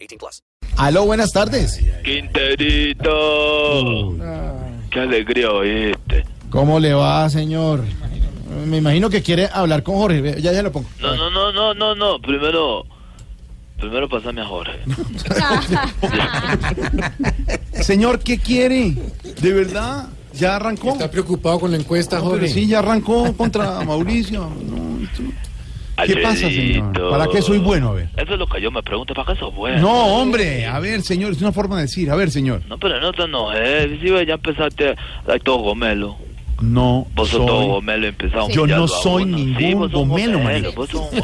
18 plus. Aló, buenas tardes. Quinterito. Qué alegría oírte. ¿Cómo le va, señor? Me imagino que quiere hablar con Jorge. Ve, Ya, ya lo pongo. No, no, no, no, no, no. Primero, primero pasame a Jorge. Señor, ¿qué quiere? ¿De verdad? ¿Ya arrancó? Está preocupado con la encuesta, Pero Jorge. sí, ya arrancó contra Mauricio. No, esto- ¿Qué pasa, señor? Alfredito. ¿Para qué soy bueno? A ver. Eso es lo que yo me pregunto. ¿Para qué sos bueno? No, hombre. A ver, señor, es una forma de decir. A ver, señor. No, pero no te enojes. Si ve, ya empezaste a todo gomelo. No Vos sos todo soy... gomelo y empezás a Yo humillarlo no a soy uno. Sí, ningún vos sos un gomelo, marica. Vos sos un...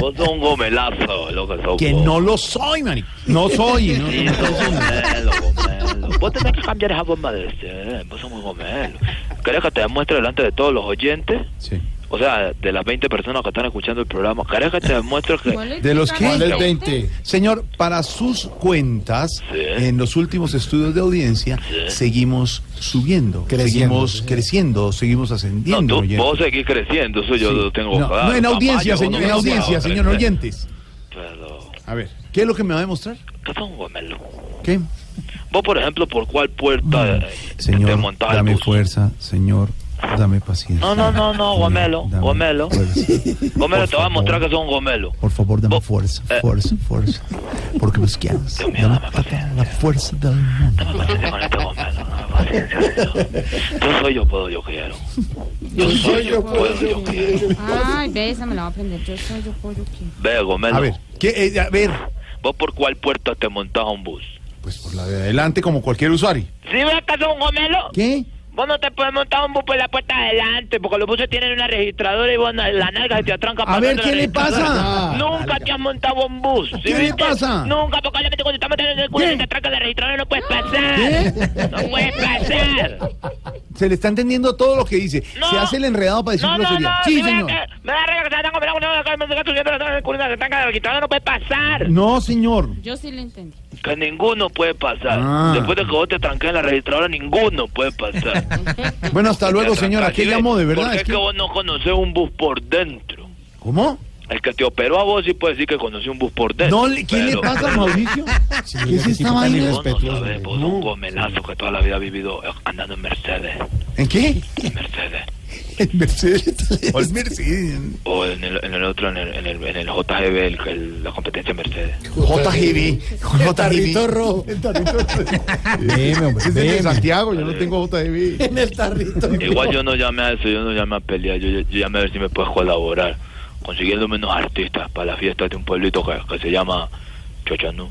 vos sos un gomelazo, lo que sos Que vos. no lo soy, maric. No soy. no, Sí, no. sos gomelo, gomelo. Vos tenés que cambiar esa forma de ser. Vos sos muy gomelo. ¿Querés que te demuestre delante de todos los oyentes? Sí. O sea, de las 20 personas que están escuchando el programa. ¿Querés que te demuestre que... ¿De los ¿Cuál que es 20? Señor, para sus cuentas, Sí. en los últimos estudios de audiencia, seguimos subiendo, Creciendo, seguimos sí. creciendo, seguimos No, ascendiendo. tú, oyente. vos seguís creciendo. Eso yo lo tengo No, no, claro. en audiencia, Tamayo, señor, vos en no vas a audiencia, señor crecer. oyentes. Pero, A ver, ¿qué es lo que me va a demostrar? ¿Qué sos un gomelo? ¿Qué? Vos, por ejemplo, ¿por cuál puerta eh, te Mm, Señor, montás al dame bus? fuerza, señor, dame paciencia. No, no, no, no, Señor, gomelo, dame gomelo. fuerza. Gomelo, Por te va a mostrar que favor. sos un gomelo. Por favor, dame Bo- fuerza, eh. fuerza, fuerza. Porque los quiero. mío, Dame dame la fuerza del mundo. Dame paciencia con este gomelo, dame paciencia, señor. Yo soy, yo puedo, yo quiero. Yo soy, yo puedo, yo quiero. Ay, ve, esa me la voy a aprender. Yo soy yo pollo que. Ve, gomelo, A ver, ¿qué, eh, a ver. ¿vos por cuál puerta te montás a un bus? Pues por la de adelante, como cualquier usuario. ¿Sí ves que sos un gomelo? ¿Qué? Vos no te puedes montar a un bus por la puerta de adelante, porque los buses tienen una registradora y vos na- la nalga se te atranca A ver, pasando ¿qué la le pasa? registradora. Ah, Nunca te has montado a un bus. ¿sí ¿Qué le viste? pasa? Nunca, porque obviamente cuando te montas en el cuello ¿Qué? se te atranca la registradora no puedes pasar. No puedes pasar. Se le está entendiendo todo lo que dice. No. Se hace el enredado para decir No, no, grosería. no. eh. sí, si ves señor. que- Me da rega que te atranca, me da rega que te atranca, me da rega eh, que te atranca, me da rega que te atranca la registradora no puede pasar. No, señor. Yo sí le entendí. Que ninguno puede pasar. Ah. Después de que vos te tranques en la registradora, ninguno puede pasar. Bueno, hasta luego, señora. ¿Qué llamó de verdad? Porque Es es que que- vos no conocés un bus por dentro. ¿Cómo? El que te operó a vos sí puede decir que conoció un bus por dentro. No, le- ¿Qué le pero- pasa a Mauricio? ¿Qué es esta vaina? Vos no sabés, vos sos un gomelazo que toda la vida ha vivido eh, andando en Mercedes. ¿En qué? En Mercedes. En Mercedes. Es Mercedes. O en el, en el otro, en el, en el, en el JGB, el- el- la competencia Mercedes. JGB. Tarrito JGB. rojo. Deme, hombre, Es de deme. Santiago, yo Eh. no tengo JGB. En el tarrito. Igual yo no llamé a eso, yo no llamé a pelear, yo, yo llamé a ver si me puedes colaborar. Consiguiendo menos artistas para la fiesta de un pueblito que, que se llama Chochonú.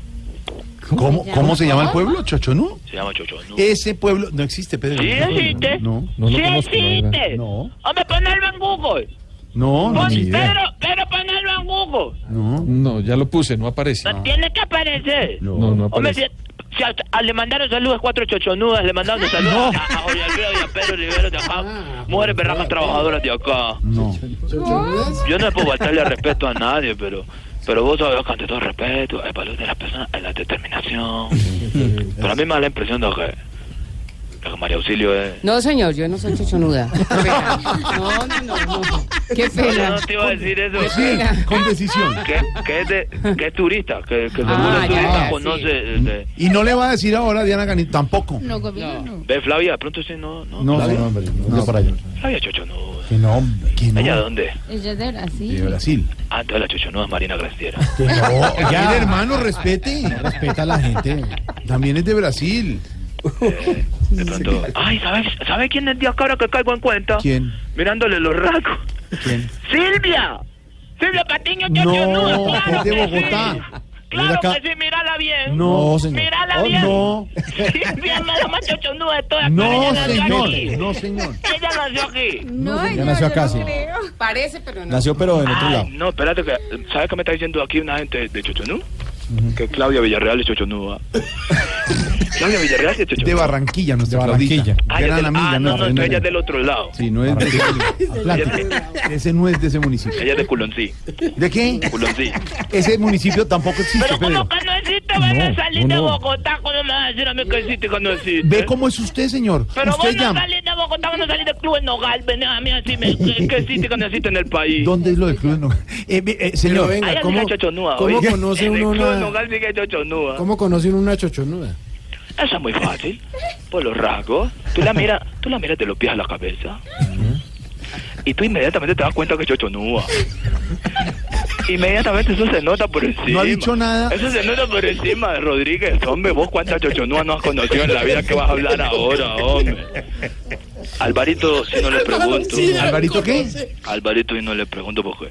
¿Cómo, ¿Cómo se llama el pueblo? ¿Chochonú? Se llama Chochonú. Ese pueblo no existe, Pedro. Sí existe. No, no lo sí conozco, la existe. verdad. No. Hombre, ponelo en Google. no, no. Pon- ni idea. pero, pero ponelo en Google. No, No, ya lo puse, no aparece. No, tiene que aparecer. Ah. No, no Hombre, aparece. si, si a- a- le mandaron saludos cuatro chochonudas, le mandaron saludos a, a Jorge Alfredo y a Pedro Rivero de Ah, acá. Mujeres berracas trabajadoras de acá. no. Yo no es por faltarle respeto a nadie, pero pero vos sabés que ante todo respeto, el valor de las personas es la determinación. Pero a mí me da la impresión de que, de que María Auxilio es... No, señor, yo no soy chichonuda. No, no, no, no. Qué No, yo no pena. te iba a decir eso. Sí, con decisión. Que, que es, de- que es turista, que, que seguro Ah, el ya, turista ya, conoce... sí. eh, de- Y no le va a decir ahora a Diana Ganín tampoco. No, gobierno no. Ve, Flavia, de pronto sí, no... No, No, Flavia, no, hombre, no, para allá. Flavia chochonuda. Que no, hombre, que no. ¿Ella dónde? Ella es de De Brasil. Brasil. Ah, toda la chochonuda es Marina Graciera. Que no, ya. El hermano, respete. Respeta a la gente. También es de Brasil. De pronto... Ay, ¿sabes, ¿sabes quién es de acá ahora que caigo en cuenta? ¿Quién? Mirándole los rasgos. ¿Quién? ¡Silvia! ¡Silvia Patiño No, Chochonuda! ¡Claro que es de que Bogotá. sí! Mira ¡Claro acá. que sí! ¡Mira mírala la bien. No, señor. Mírala Oh, bien. no. Sí, mírala la machochonuda de toda No, cara, ella nació señor. aquí. No, señor. Ella nació aquí. No, ya nació acá, sí. Parece, pero no. Nació, pero del otro lado. Ay, no, espérate, que, ¿sabes qué me está diciendo aquí una gente de Chochonú? Que Claudia Villarreal es Chochonúa. Claudia Villarreal es De Chochonúa. Barranquilla, nuestra De Claudita. Barranquilla. Ah, ella es Gran del- amiga ah, no, no, nuestra. ella es del otro lado. Sí, no es de Ella, Atlántico. Ese no es de ese municipio. ella es de Culoncí. ¿De qué? Culoncí. Ese municipio tampoco existe, Pero Pedro. como que no existe, van a No, salir no, de no. Bogotá, ¿cómo me vas a decir a mí que existe y que no existe? Ve cómo es usted, señor. Pero vos usted no llama. salís de Bogotá, vos no salís del club en Nogal, venés a mí así, me, que, que existe y que no existe en el país. ¿Dónde es lo del club? No. Eh, ve, eh, Pero señor, venga, Allá ¿cómo- diga Chochonúa, cómo oye. conoce En el uno club una- en Nogal diga Chochonúa. ¿Cómo conoce uno una chochonuda? Eso es muy fácil. Por los rasgos. Tú la miras, tú la miras de los pies a la cabeza. Y tú inmediatamente te das cuenta que es chochonúa. Inmediatamente eso se nota por encima. No ha dicho nada. Eso se nota por encima, Rodríguez. Hombre, vos cuántas chochonúa no has conocido en la vida que vas a hablar ahora, hombre. Alvarito, si no le pregunto. ¿Alvarito qué? Alvarito, y no le pregunto porque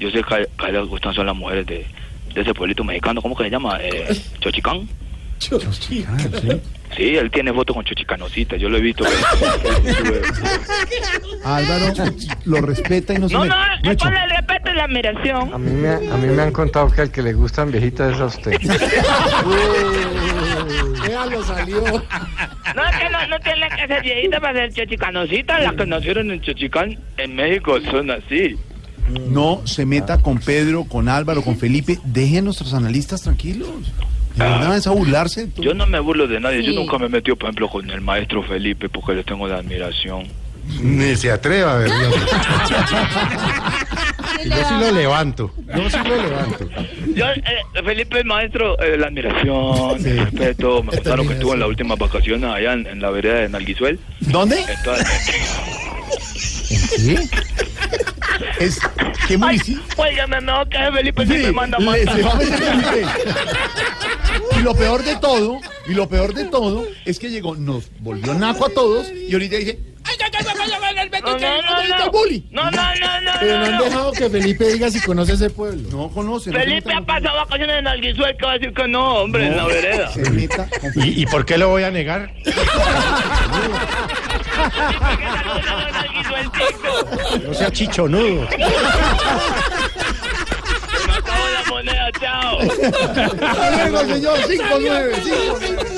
yo sé que a- que a él le gustan son las mujeres de, de ese pueblito mexicano. ¿Cómo que le llama? Eh, Chochicán. Ah, Sí, él tiene fotos con Chochicanosita, yo lo he visto. Álvaro lo respeta y no se No, mete. no, es Nacho, con el respeto y la admiración. A mí, me, a mí me han contado que al que le gustan viejitas es a usted. Ya lo salió. No, es que no, no tiene que ser viejita para ser chochicanosita. Las que nacieron en Chochicán, en México, son así. no se meta con Pedro, con Álvaro, con Felipe. Dejen nuestros analistas tranquilos. De verdad, es a burlarse. de todo. Yo no me burlo de nadie, Sí. yo nunca me he metido, por ejemplo, con el maestro Felipe porque le tengo de admiración. Ni se atreva a ver. Yo sí lo levanto. Yo sí lo levanto. Yo, eh, Felipe, maestro, eh, la admiración, el respeto. Me contaron que estuvo en las últimas vacaciones allá en, en la vereda de Nalguizuel. ¿Dónde? Eh, Entonces, Es, ¿Qué municipio? Óigame, mejor que ese Felipe sí, me manda más. le- se va a meter Felipe. Y lo peor de todo, y lo peor de todo, es que llegó, nos volvió naco a todos y ahorita dice, ¡ay, ay, ay, ay, ay, ay, ay, No, no, no, ay, no. bully! No, no, no, no, Pero no no, han no. dejado que Felipe diga si conoce ese pueblo. No conoce. no se Felipe meta ha con- pasado vacaciones en Alguizuel, que va a decir que no, hombre, en la vereda. Se meta con Felipe. ¿Y, ¿Y por qué lo voy a negar? No sea chichonudo. Me acabo la moneda, chao. Hasta luego, señor. 5-9, 5-9.